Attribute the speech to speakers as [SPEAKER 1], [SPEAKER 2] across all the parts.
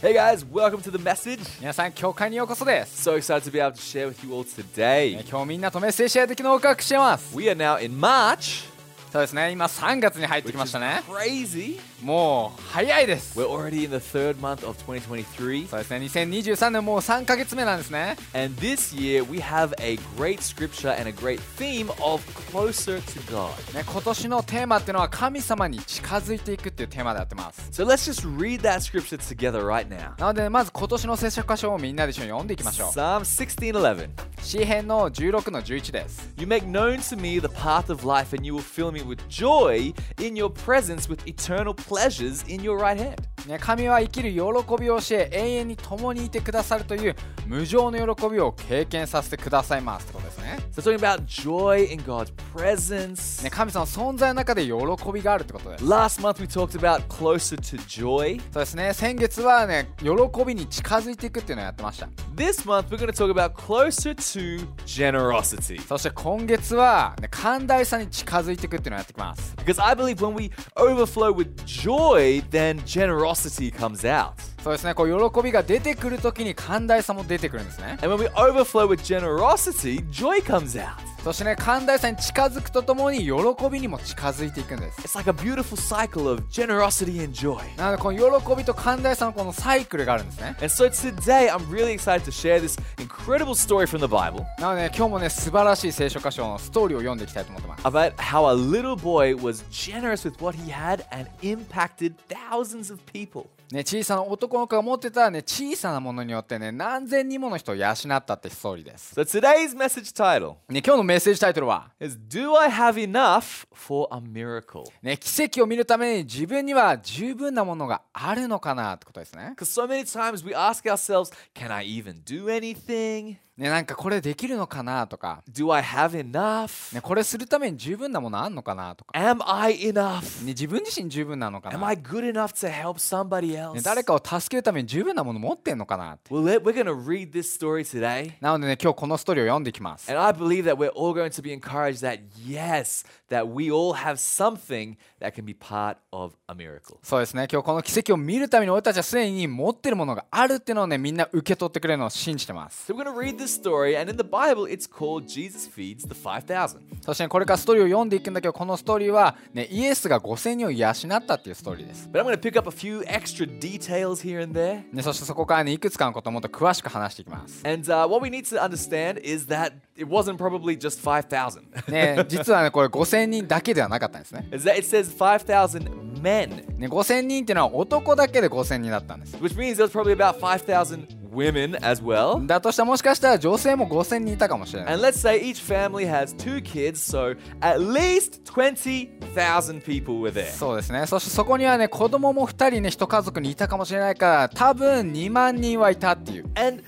[SPEAKER 1] Hey guys, welcome to the message.
[SPEAKER 2] 皆さん教会にようこそです、
[SPEAKER 1] So excited to be able to share with you all
[SPEAKER 2] え
[SPEAKER 1] today.
[SPEAKER 2] ー今日みんなとメッセージシェア的なワクワクしてます
[SPEAKER 1] We are now in March,
[SPEAKER 2] そうですね今3月に入ってき
[SPEAKER 1] which
[SPEAKER 2] ま
[SPEAKER 1] is
[SPEAKER 2] したね
[SPEAKER 1] crazy.
[SPEAKER 2] もう早いです
[SPEAKER 1] We're already in the third month of 2023,
[SPEAKER 2] そうですね2023年もう3ヶ月目なんですね
[SPEAKER 1] and this year we have a great scripture and a great theme of closer to God.
[SPEAKER 2] ね今年のテーマっていうのは神様に近づいていくっていうテーマでやってます
[SPEAKER 1] So let's just read that scripture together right now.
[SPEAKER 2] なのでまず今年の聖書箇所をみんなで一緒に読んでいきましょう
[SPEAKER 1] Psalm 16:11.
[SPEAKER 2] 詩編の16の11です
[SPEAKER 1] You make known to me the path of life, and you will fill me with joy in your presence, with eternal pleasures in your right hand.
[SPEAKER 2] ね、神は生きる喜びを教え永遠に共にいてくださるという無常の喜びを経験させてくださいますってことですね
[SPEAKER 1] So, talking about joy in God's presence.
[SPEAKER 2] ね神様の存在の中で喜びがあるってことです
[SPEAKER 1] Last month we talked about closer to joy.
[SPEAKER 2] そうですね先月はね喜びに近づいていくっていうのをやってました
[SPEAKER 1] This month we're going to talk about closer to generosity.
[SPEAKER 2] そして今月は、ね、寛大さに近づいていくっていうのをやってきます
[SPEAKER 1] Because I believe when we overflow with joy, then generosity comes out.
[SPEAKER 2] そうですねこう喜びが出てくるときに寛大さも出てくるんですね
[SPEAKER 1] And when we overflow with generosity, joy comes out.
[SPEAKER 2] そしてね寛大さに近づくとともに喜びにも近づいていくんです
[SPEAKER 1] It's like a beautiful cycle of generosity and joy.
[SPEAKER 2] なのでこの喜びと寛大さのこのサイクルがあるんですね
[SPEAKER 1] And so today I'm really excited to share this incredible story from the Bible
[SPEAKER 2] なので、今日もね素晴らしい聖書箇所のストーリーを読んでいきたいと思ってます
[SPEAKER 1] about how a little boy was generous with what he had and impacted thousands of people.
[SPEAKER 2] ね小さな男の子が持ってたね小さなものによってね何千人もの人を養ったってストーリーです、
[SPEAKER 1] So today's message title
[SPEAKER 2] ね、今日のメッセージタイトルは
[SPEAKER 1] is Do I have enough for a miracle?
[SPEAKER 2] ね奇跡を見るために自分には十分なものがあるのかなってことですね
[SPEAKER 1] Because so many times we ask ourselves, Can I even do anything?
[SPEAKER 2] ねなんかこれできるのかなとか
[SPEAKER 1] Do I have enough?
[SPEAKER 2] ねこれするために十分なものあんのかなとか
[SPEAKER 1] Am I enough?
[SPEAKER 2] ね自分自身十分なのか
[SPEAKER 1] Am
[SPEAKER 2] な
[SPEAKER 1] I good enough to help somebody
[SPEAKER 2] ね
[SPEAKER 1] else?
[SPEAKER 2] 誰かを助けるために十分なもの持ってんのかなって
[SPEAKER 1] Well, let, we're going to read this story today.
[SPEAKER 2] なのでね今日このストーリーを読んでいきます
[SPEAKER 1] And I believe that we're all going to be encouraged that yes, that we all have something that can be part of a miracle.
[SPEAKER 2] そうですね今日この奇跡を見るために俺たちはすでに持ってるものがあるっていうのをねみんな受け取ってくれるのを信じてます
[SPEAKER 1] So we're going to read this story, and in the Bible, it's called Jesus Feeds the 5,000.
[SPEAKER 2] そしてねこれからストーリーを読んでいくんだけどこのストーリーは、ね、イエスが5000人を養ったっていうストーリーです、
[SPEAKER 1] But I'm going to pick up a few extra details here and there.
[SPEAKER 2] ね、そしてそこからねいくつかのことをもっと詳しく話していきます、
[SPEAKER 1] And uh, what we need to understand is that it wasn't probably just 5,000.
[SPEAKER 2] ね、実はねこれ5000人だけではなかったんです ね
[SPEAKER 1] Is that it says 5,000 men,
[SPEAKER 2] ね5000人っていうのは男だけで5000人だったんです
[SPEAKER 1] which means there's probably about 5,000 women as well.
[SPEAKER 2] だとしたらもしかしたら女性も5000人いたかもしれない
[SPEAKER 1] And let's say each family has two kids, so at least 20,000 people were there.
[SPEAKER 2] そうですねそしてそこにはね子供も2人ね一家族にいたかもしれないから多分2万人はいたっていう
[SPEAKER 1] And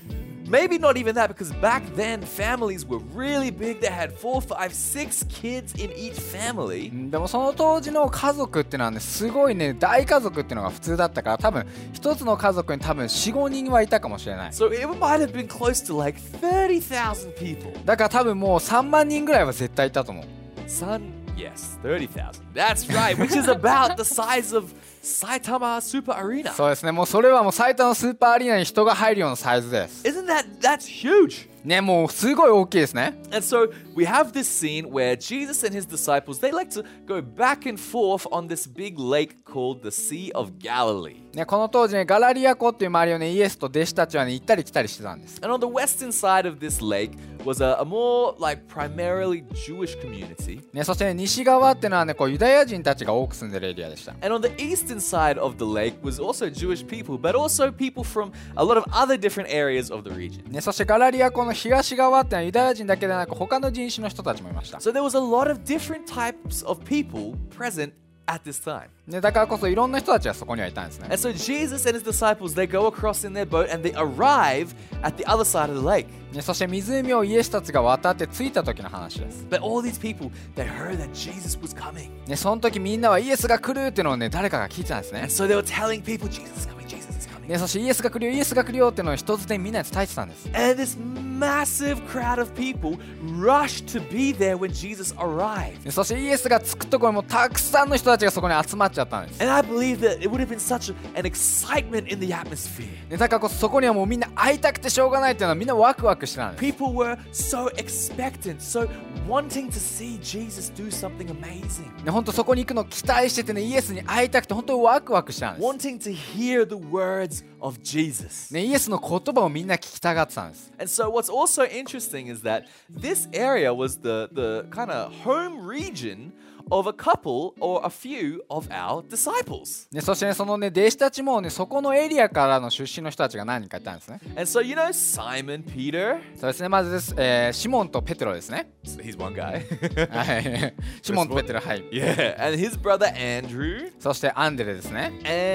[SPEAKER 1] maybe not even that, because back then families were really big. They had four, five, six kids in each family.
[SPEAKER 2] うんでもその当時の家族ってのはねすごいね大家族ってのが普通だったから多分一つの家族に多分45人はいたかもしれない
[SPEAKER 1] So it might have been close to like 30,000 people.
[SPEAKER 2] だから多分もう3万人ぐらいは絶対いたと思う
[SPEAKER 1] Son, yes, 30,000. That's right, which is about the size of Saitama Super Arena.
[SPEAKER 2] そうですねもうそれはもう埼玉のスーパーアリーナに人が入るようなサイズです
[SPEAKER 1] Isn't that that's huge?
[SPEAKER 2] ねもうすごい大きいですね
[SPEAKER 1] And so we have this scene where Jesus and his disciples they like to go back and forth on this big lake called the Sea of Galilee.
[SPEAKER 2] ねこの当時ねガラリア湖っていう周りをねイエスと弟子たちはね行ったり来たりしてたんです
[SPEAKER 1] And on the western side of this lake was a, a more like primarily Jewish community.
[SPEAKER 2] ねそしてね西側ってのはねこうユダヤ人たちが多く住んでるエリアでした
[SPEAKER 1] And on the eastern side of the lake was also Jewish people, but also people from a lot of other different areas of the region.
[SPEAKER 2] ねそしてガラリア湖の東側ってのはユダヤ人だけでなく他の人種の人たちもいました
[SPEAKER 1] So there was a lot of different types of people present at this time.
[SPEAKER 2] ね、だからこそいろんな人たちはそこにはいたんですね。
[SPEAKER 1] And so Jesus and his disciples they go across in their boat and they arrive at the other side of the lake.
[SPEAKER 2] ねそして湖をイエスたちが渡って着いた時の話です。
[SPEAKER 1] But all these people they heard that Jesus was coming.
[SPEAKER 2] ね、その時みんなはイエスが来るっていうのをね、誰かが聞いてたんですね
[SPEAKER 1] And。so they were telling people Jesus is coming, Jesus is coming. family.
[SPEAKER 2] ね、そしてイエス学寮イエス学寮っていうのを一つでみんなに伝えてたんです
[SPEAKER 1] And this massive crowd of people rushed to be there when Jesus arrived.
[SPEAKER 2] でそしてイエスが着くところにもたくさんの人たちがそこに集まっちゃったんです
[SPEAKER 1] And I believe that it would have been such an excitement in the atmosphere.
[SPEAKER 2] でだからこそそこにはもうみんな会いたくてしょうがないっていうのはみんなワクワクしてたんです
[SPEAKER 1] People were so expectant, so wanting to see Jesus do something amazing,
[SPEAKER 2] で本当そこに行くのを期待しててねイエスに会いたくて本当にワクワクしたんです
[SPEAKER 1] wanting to hear the words of Jesus.
[SPEAKER 2] ね、イエスの言葉をみんな聞きたがってたんです。
[SPEAKER 1] And so, what's also interesting is that this area was the, the kind of home region of a couple or a few of our disciples.
[SPEAKER 2] ね、そして、ね、そのね、弟子たちもね、そこのエリアからの出身の人たちが何人かいたんですね。
[SPEAKER 1] And so, you know, Simon, Peter,
[SPEAKER 2] そうですね、まずです、えーシモンとペテロですね。
[SPEAKER 1] he's one guy.
[SPEAKER 2] はい。シモンとペテロ、はい。
[SPEAKER 1] yeah. And his brother, Andrew,
[SPEAKER 2] そしてアンデレですね。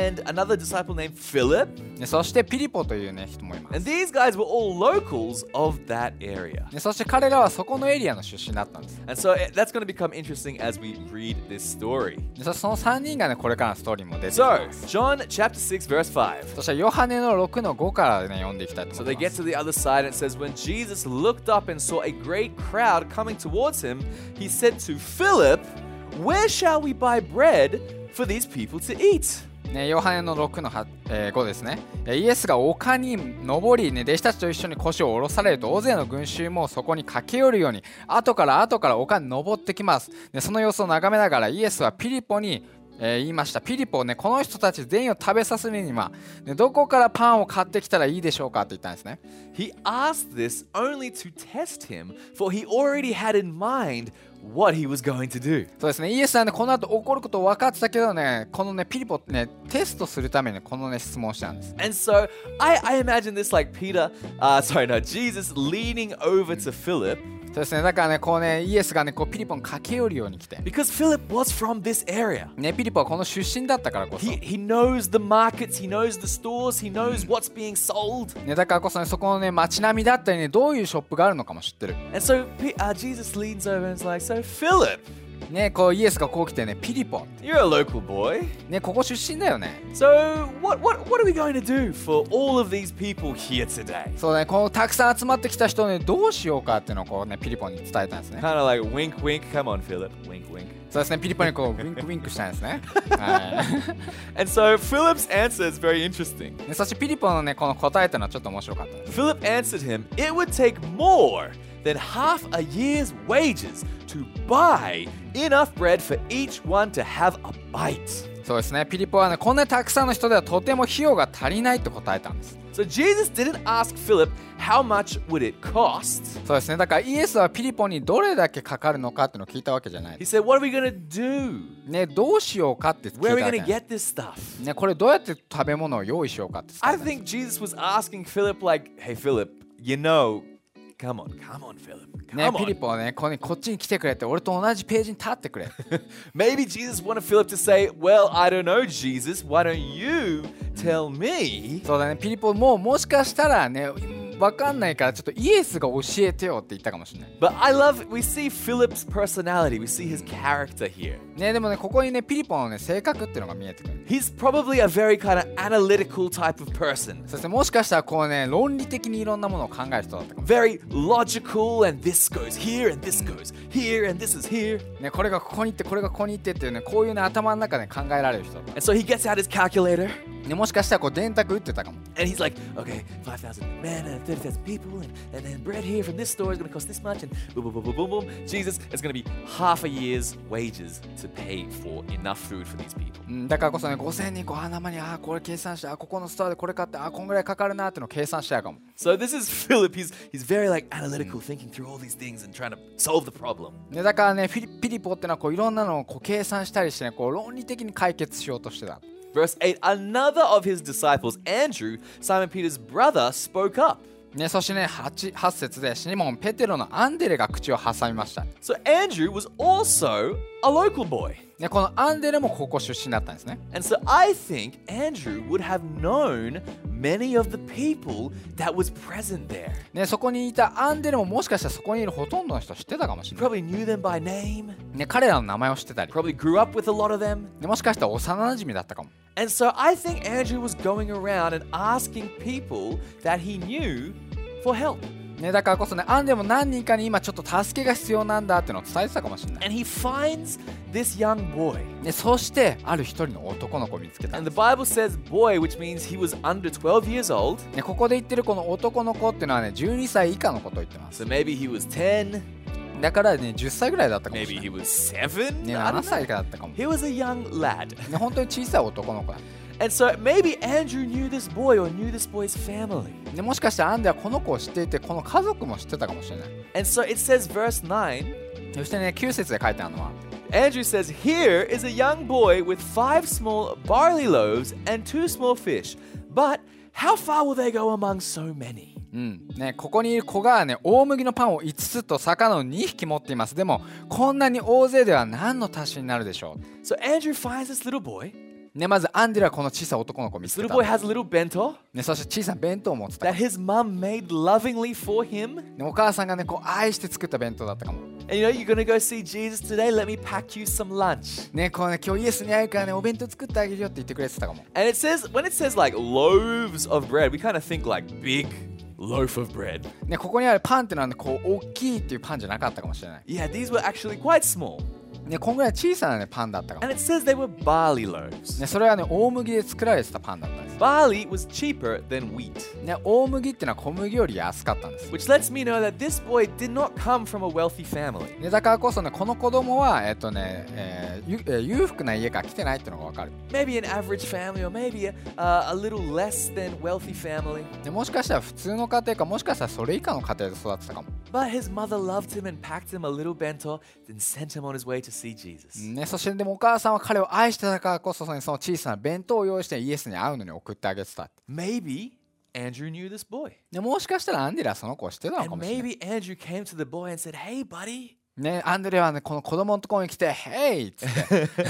[SPEAKER 1] and another disciple named Philip.
[SPEAKER 2] ねそしてピリポというね、人もいます。
[SPEAKER 1] And these guys were all locals of that area.
[SPEAKER 2] ね、そして彼らはそこのエリアの出身だったんです。
[SPEAKER 1] And so, it- that's going to become interesting as we read this story.
[SPEAKER 2] ねそしてその3人がね、これからのストーリーも出てき
[SPEAKER 1] So,
[SPEAKER 2] ます。
[SPEAKER 1] John chapter 6, verse 5.
[SPEAKER 2] そしてヨハネの6の5からね、読んでいきたいと
[SPEAKER 1] So
[SPEAKER 2] 思
[SPEAKER 1] they
[SPEAKER 2] いま
[SPEAKER 1] get
[SPEAKER 2] す。
[SPEAKER 1] to the other side and it says, When Jesus looked up and saw a great crowd coming towards him, he said to Philip, Where shall we buy bread for these people to eat?
[SPEAKER 2] ね、ヨハネの6の8、えー5ですね。えーイエスが丘に登り、ね、弟子たちと一緒に腰を下ろされると、大勢の群衆もそこに駆け寄るように、後から後から丘に登ってきます。ね、その様子を眺めながら、イエスはピリポに、えー言いました。ピリポね、この人たち全員を食べさせるには、ね、どこからパンを買ってきたらいいでしょうかって言ったんですね。
[SPEAKER 1] He asked this only to test him, for he already had in mind what he was going to do.
[SPEAKER 2] そうですね、イエスはね、この後起こることを分かってたけどね、このね、ピリポね、テストするためにこのね、質問をしたんです。
[SPEAKER 1] And so I, I imagine this like Peter, uh, sorry, no, Jesus leaning over to Philip
[SPEAKER 2] そうですね、だからね、こうね、イエスがね、こうピリポに駆け寄るように来て、
[SPEAKER 1] because Philip was from this area.
[SPEAKER 2] ね、ピリポはこの出身だったからこそ。
[SPEAKER 1] He,
[SPEAKER 2] ね、
[SPEAKER 1] he knows the markets, he knows the stores, he knows what's being sold.
[SPEAKER 2] だからこそね、そこのね、街並みだったりね、どういうショップがあるのかも知ってる。
[SPEAKER 1] And so P- uh, Jesus leans over and is like, So, Philip,
[SPEAKER 2] ね、こうイエスがこう来てね、ピリポ。
[SPEAKER 1] you're a local boy.
[SPEAKER 2] ね、ここ出身だよね。
[SPEAKER 1] So, what, what, what are we going to do for all of these people here today?
[SPEAKER 2] そうね、このたくさん集まってきた人をね、どうしようかっていうのをこうね、ピリポに伝えたんですね。
[SPEAKER 1] Kind of like wink, wink. Come on, Philip. Wink, wink.
[SPEAKER 2] そうですね、ピリポにこう、ウィンクウィンクしたんですね。は
[SPEAKER 1] And so Philip's answer is very interesting.
[SPEAKER 2] い。ねそしてピリポのね、この答えというのはちょっと面白かったんです。
[SPEAKER 1] Philip answered him, It would take more than half a year's wages to buy enough bread for each one to have a bite.
[SPEAKER 2] そうですね、ピリポはね、こんなにたくさんの人ではとても費用が足りないと答えたんです。
[SPEAKER 1] So Jesus didn't ask Philip how much would it cost.
[SPEAKER 2] そうですね、だからイエスはピリポにどれだけかかるのかっていうのを聞いたわけじゃない
[SPEAKER 1] He。said, What are we going to do?
[SPEAKER 2] ね、どうしようかって聞いた
[SPEAKER 1] Where are
[SPEAKER 2] わ
[SPEAKER 1] we
[SPEAKER 2] け
[SPEAKER 1] going
[SPEAKER 2] な
[SPEAKER 1] to
[SPEAKER 2] い
[SPEAKER 1] get this stuff?
[SPEAKER 2] ね、これどうやって食べ物を用意しようかって伝えた
[SPEAKER 1] I
[SPEAKER 2] んです
[SPEAKER 1] think Jesus was asking Philip, like, Hey, Philip, you know, come on, come on, Philip.
[SPEAKER 2] ね
[SPEAKER 1] Come、
[SPEAKER 2] ピリ
[SPEAKER 1] on.
[SPEAKER 2] ポはねここにこっちに来てくれって俺と同じページに立ってくれ
[SPEAKER 1] Maybe Jesus wanted Philip to say, Well, I don't know, Jesus. Why don't you tell me?
[SPEAKER 2] そうだねピリポもうもしかしたらねわかんないからちょっとイエスが教えてよって言ったかもしれない
[SPEAKER 1] But I love, we see Philip's personality, we see his character here.
[SPEAKER 2] ねでもねここにねピリポのね性格っていうのが見えてくる
[SPEAKER 1] He's probably a very kind of analytical type of person.
[SPEAKER 2] そしてもしかしたらこうね論理的にいろんなものを考える人だったかも
[SPEAKER 1] Very logical, and this goes here, and this goes here, and this is here.
[SPEAKER 2] ねこれがここに行ってこれがここに行ってっていうねこういうね頭の中で考えられる人
[SPEAKER 1] And so he gets out his calculator.
[SPEAKER 2] ねもしかしたらこう電卓打ってたかも
[SPEAKER 1] And he's like, okay, 5,000 men and 30,000 people, and, and then bread here from this store is going to cost this much, and boom, boom, boom, boom, boom, boom. Jesus, it's going to be half a year's wages to pay for enough food for these people.
[SPEAKER 2] うんだからこそね5000人こう頭にああこれ計算してあここのストアでこれ買ってあこんぐらいかかるなってのを計算しちゃうかも
[SPEAKER 1] So this is Philip. He's, he's very like analytical, thinking through all these things and trying to solve the problem.
[SPEAKER 2] ねだからねフィリピリポってのはこういろんなのをこう計算したりしてねこう論理的に解決しようとしてた
[SPEAKER 1] Verse 8 Another of his disciples, Andrew, Simon Peter's brother, spoke up.
[SPEAKER 2] ねそしてね 8, 8節でシモンペテロのアンデレが口を挟みました
[SPEAKER 1] So Andrew was also a local boy.
[SPEAKER 2] ねこのアンデレもここ出身だったんですね
[SPEAKER 1] And so I think Andrew would have known many of the people that was present there.
[SPEAKER 2] ねそこにいたアンデレももしかしたらそこにいるほとんどの人知ってたかもしれない
[SPEAKER 1] Probably knew them by name,
[SPEAKER 2] ね彼らの名前を知ってたり
[SPEAKER 1] probably grew up with a lot of them.
[SPEAKER 2] ねもしかしたら幼馴染だったかも
[SPEAKER 1] And so I think Andrew was going around and asking people that he knew for help.
[SPEAKER 2] ね、だからこそね、アンでも何人かに今ちょっと助けが必要なんだってのを伝えてたかもしれない。
[SPEAKER 1] And he finds this young boy.
[SPEAKER 2] ね、そして、ある一人の男の子を見つけた
[SPEAKER 1] And
[SPEAKER 2] ん
[SPEAKER 1] the
[SPEAKER 2] です。
[SPEAKER 1] Bible says boy, which means he was under 12 years old.
[SPEAKER 2] ね、ここで言ってるこの男の子っていうのはね、12歳以下のことを言ってます。
[SPEAKER 1] So maybe he was 10,
[SPEAKER 2] だからね、10歳ぐらいだったかもし
[SPEAKER 1] maybe
[SPEAKER 2] れ
[SPEAKER 1] he
[SPEAKER 2] ない。
[SPEAKER 1] was 7.
[SPEAKER 2] ね、
[SPEAKER 1] I
[SPEAKER 2] 7
[SPEAKER 1] don't know.
[SPEAKER 2] 歳からだったかも。ね、
[SPEAKER 1] He was a young lad.
[SPEAKER 2] 本当に小さい男の子だ。
[SPEAKER 1] And so maybe Andrew knew this boy or knew this boy's family.
[SPEAKER 2] ね、もしかしたらアンではこの子を知っていて、この家族も知ってたかもしれない。
[SPEAKER 1] And so it says, verse 9
[SPEAKER 2] そしてね、9節で書いてあるのは、
[SPEAKER 1] Andrew says, Here is a young boy with five small barley loaves and two small fish. But how far will they go among so many?
[SPEAKER 2] うんね、ここにいる子がね大麦のパンを5つと魚を2匹持っていますでもこんなに大勢では何の足しになるでしょ
[SPEAKER 1] So Andrew finds this little boy.
[SPEAKER 2] う、ね、まずアンディラはこの小さい男の子を見つ
[SPEAKER 1] This
[SPEAKER 2] け
[SPEAKER 1] little
[SPEAKER 2] た、
[SPEAKER 1] boy has a little bento
[SPEAKER 2] ね、そして小さな弁当を持ってた、
[SPEAKER 1] that his mum made lovingly for him.
[SPEAKER 2] ね、お母さんがねこう愛して作った弁当だったかも
[SPEAKER 1] And you know, you're going to go see Jesus today. Let me pack you some lunch.
[SPEAKER 2] ねこうね今日イエスに会うからねお弁当作ってあげるよって言ってくれてたかも
[SPEAKER 1] And it says, when it says like loaves of bread, we kind of think like big loaf of bread.
[SPEAKER 2] ねここにあるパンってのはねこう大きいっていうパンじゃなかったかもしれない
[SPEAKER 1] Yeah, these were actually quite small.
[SPEAKER 2] ねこんぐらい小さなねパンだったかも
[SPEAKER 1] And it says they were barley loaves.
[SPEAKER 2] ねそれはね大麦で作られてたパンだったんです
[SPEAKER 1] Barley was cheaper than wheat.
[SPEAKER 2] ね大麦ってのは小麦より安かったんです
[SPEAKER 1] which lets me know that this boy did not come from a wealthy family.
[SPEAKER 2] ね、だからこそねこの子供はえっとね、えーゆえー裕福な家から来てないってのがわかる
[SPEAKER 1] Maybe an average family, or maybe a, uh, a little less than wealthy family.
[SPEAKER 2] でもしかしたら普通の家庭かもしかしたらそれ以下の家庭で育ってたかも、
[SPEAKER 1] But his mother loved him and packed him a little bento, then sent him on his way to see Jesus.
[SPEAKER 2] ね、そしてでもお母さんは彼を愛してたからこそそのその小さな弁当を用意してイエスに会うのに送ってあげてた
[SPEAKER 1] Maybe Andrew knew this boy.
[SPEAKER 2] でもしかしたらアンディラはその子を知ってたのか
[SPEAKER 1] And
[SPEAKER 2] もしれない
[SPEAKER 1] maybe Andrew came to the boy and said, Hey, buddy,
[SPEAKER 2] ねアンディレはねこの子供のところに来て「Hey!」っつって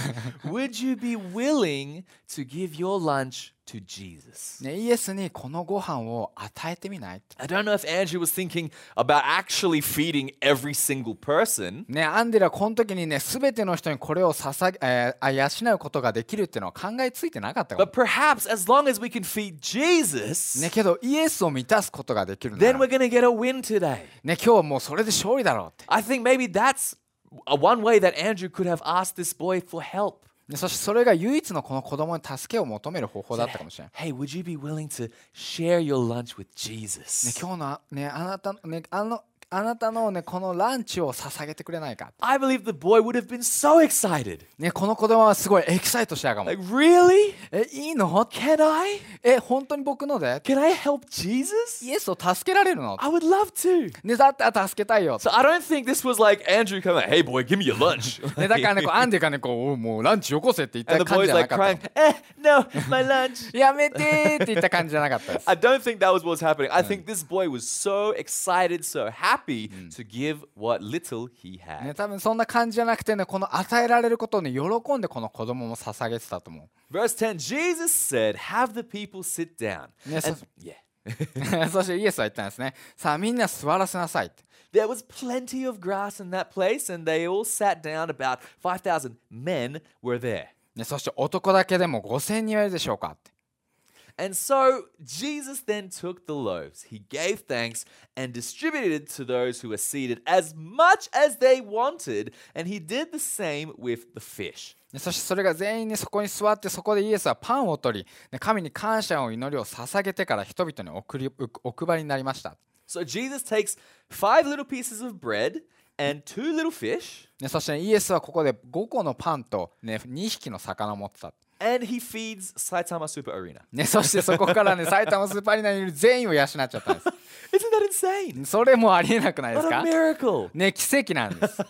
[SPEAKER 1] would you be willing to give your lunch to Jesus?
[SPEAKER 2] ねイエスにこのご飯を与えてみないって
[SPEAKER 1] I don't know if Andrew was thinking about actually feeding every single person.
[SPEAKER 2] ねアンディラはこの時にね全ての人にこれを捧げ、えー、あ養うことができるっていうのは考えついてなかったか
[SPEAKER 1] But
[SPEAKER 2] も
[SPEAKER 1] perhaps as long as we can feed Jesus,
[SPEAKER 2] ね、けどイエスを満たすことができるな
[SPEAKER 1] then
[SPEAKER 2] ら
[SPEAKER 1] we're going to get a win today.
[SPEAKER 2] ね、今日はもうそれで勝利だろうって、
[SPEAKER 1] I think maybe that's a one way that Andrew could have asked this boy for help.
[SPEAKER 2] ね、そしてそれが唯一のこの子供に助けを求める方法だったかもしれない、
[SPEAKER 1] Hey, would you be willing to share your lunch with
[SPEAKER 2] ね
[SPEAKER 1] Jesus?、
[SPEAKER 2] 今日のあねあなたのねあのあなたのねこのランチを捧げてくれないか、
[SPEAKER 1] I believe the boy would have been so excited.
[SPEAKER 2] ね、この子供はすごいエキサイトしたかも
[SPEAKER 1] Like, really?
[SPEAKER 2] えいいの
[SPEAKER 1] Can I?
[SPEAKER 2] え本当に僕ので
[SPEAKER 1] Can I help Jesus?
[SPEAKER 2] イエスを助けられるの、
[SPEAKER 1] I would love to.
[SPEAKER 2] ね、だったら助けたいよ
[SPEAKER 1] So I don't think this was like Andrew coming, hey boy, give me your lunch.
[SPEAKER 2] ね、だからね、こうアンディがね、こう、おうもうランチよこせって言っ
[SPEAKER 1] and
[SPEAKER 2] た
[SPEAKER 1] the
[SPEAKER 2] 感じ
[SPEAKER 1] boy's
[SPEAKER 2] じゃな
[SPEAKER 1] like
[SPEAKER 2] かっ
[SPEAKER 1] crying, eh, no, my lunch.
[SPEAKER 2] た。やめてーって言った感じじゃなかっ たです。
[SPEAKER 1] I don't think that was what was happening. I think this boy was so excited, so happy
[SPEAKER 2] Mm.
[SPEAKER 1] to give what little he had.
[SPEAKER 2] ね、多分そんな感じじゃなくてね、この与えられることをね、喜んでこの子供も捧げてたと思
[SPEAKER 1] Verse 10 Jesus said, Have the people sit down.
[SPEAKER 2] Yes,
[SPEAKER 1] And-
[SPEAKER 2] sir.
[SPEAKER 1] yeah.
[SPEAKER 2] う。そしてイエスは言ったんですね。さあみんな座らせなさいって。
[SPEAKER 1] There was plenty of grass in that place, and they all sat down. About 5,000 men were there.
[SPEAKER 2] ね、そして男だけでも5000人はいるでしょうかって。
[SPEAKER 1] And so Jesus then took the loaves. He gave thanks and distributed to those who were seated as much as they wanted. And he did the same with the fish.
[SPEAKER 2] ねそしてそれが全員ねそこに座ってそこでイエスはパンを取り、ね、神に感謝の祈りを捧げてから人々に送りおお配りになりました、
[SPEAKER 1] So Jesus takes five little pieces of bread and two little fish,
[SPEAKER 2] ね、そして、ね、イエスはここで5個のパンと、ね、2匹の魚を持ってた、
[SPEAKER 1] and he feeds Saitama Super Arena.
[SPEAKER 2] ね、そしてそこからね埼玉スーパーアリーナにいる全員を養っちゃったんです
[SPEAKER 1] Isn't that insane?
[SPEAKER 2] それもありえなくないです
[SPEAKER 1] What a
[SPEAKER 2] か
[SPEAKER 1] miracle!
[SPEAKER 2] ね奇跡なんです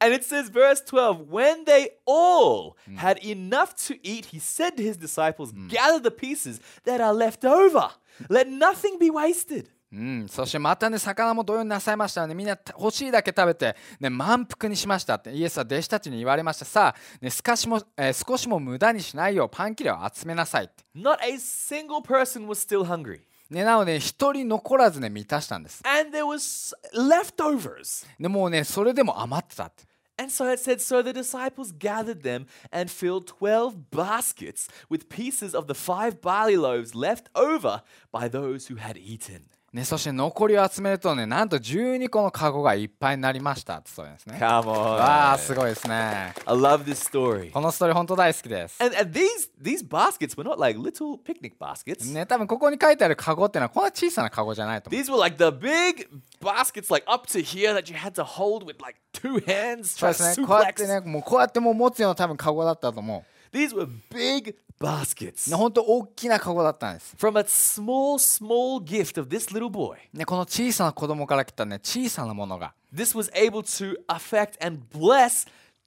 [SPEAKER 1] And it says, verse 12, when they all had enough to eat, he said to his disciples, Gather the pieces that are left over, let nothing be wasted.
[SPEAKER 2] うん、そしてまたね魚も同様になさいましたのでみんな欲しいだけ食べて、ね、満腹にしましたってイエスは弟子たちに言われましたさあ、ね、少しもえー少しも無駄にしないようパン切れを集めなさいって、
[SPEAKER 1] Not a single person was still hungry.
[SPEAKER 2] ね、なので一人残らずね満たしたんです
[SPEAKER 1] And there was leftovers.
[SPEAKER 2] でもうねそれでも余ってたって
[SPEAKER 1] And so it said, So the disciples gathered them and filled 12 baskets with pieces of the five barley loaves left over by those who had eaten.
[SPEAKER 2] ね、そして残りを集めるとねなんと12個のカゴがいっぱいになりましたってそうですね
[SPEAKER 1] Come
[SPEAKER 2] わ
[SPEAKER 1] on.
[SPEAKER 2] あすごいですね
[SPEAKER 1] I love this story.
[SPEAKER 2] このストーリー本当大好きです、
[SPEAKER 1] And, and these, these baskets were not like little picnic baskets.
[SPEAKER 2] ね、多分ここに書いてあるカゴってのはこんな小さなカゴじゃないと思う
[SPEAKER 1] These were like the big baskets, like up to here, that you had to hold with like two hands.
[SPEAKER 2] そう
[SPEAKER 1] Try
[SPEAKER 2] で
[SPEAKER 1] to
[SPEAKER 2] すねこうやって
[SPEAKER 1] suplex.
[SPEAKER 2] ねもうこうやってもう持つような多分カゴだったと思
[SPEAKER 1] These were big baskets.
[SPEAKER 2] う、ね、本当大きなカゴだったんです
[SPEAKER 1] From a small, small gift of this little boy,
[SPEAKER 2] ね、この小さな子供から来たね小さなものが
[SPEAKER 1] this was able to affect and bless